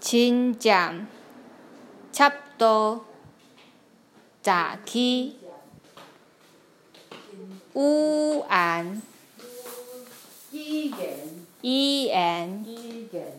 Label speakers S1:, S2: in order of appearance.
S1: 真正差不多早起，语言
S2: 語言
S1: 语言。
S2: 語言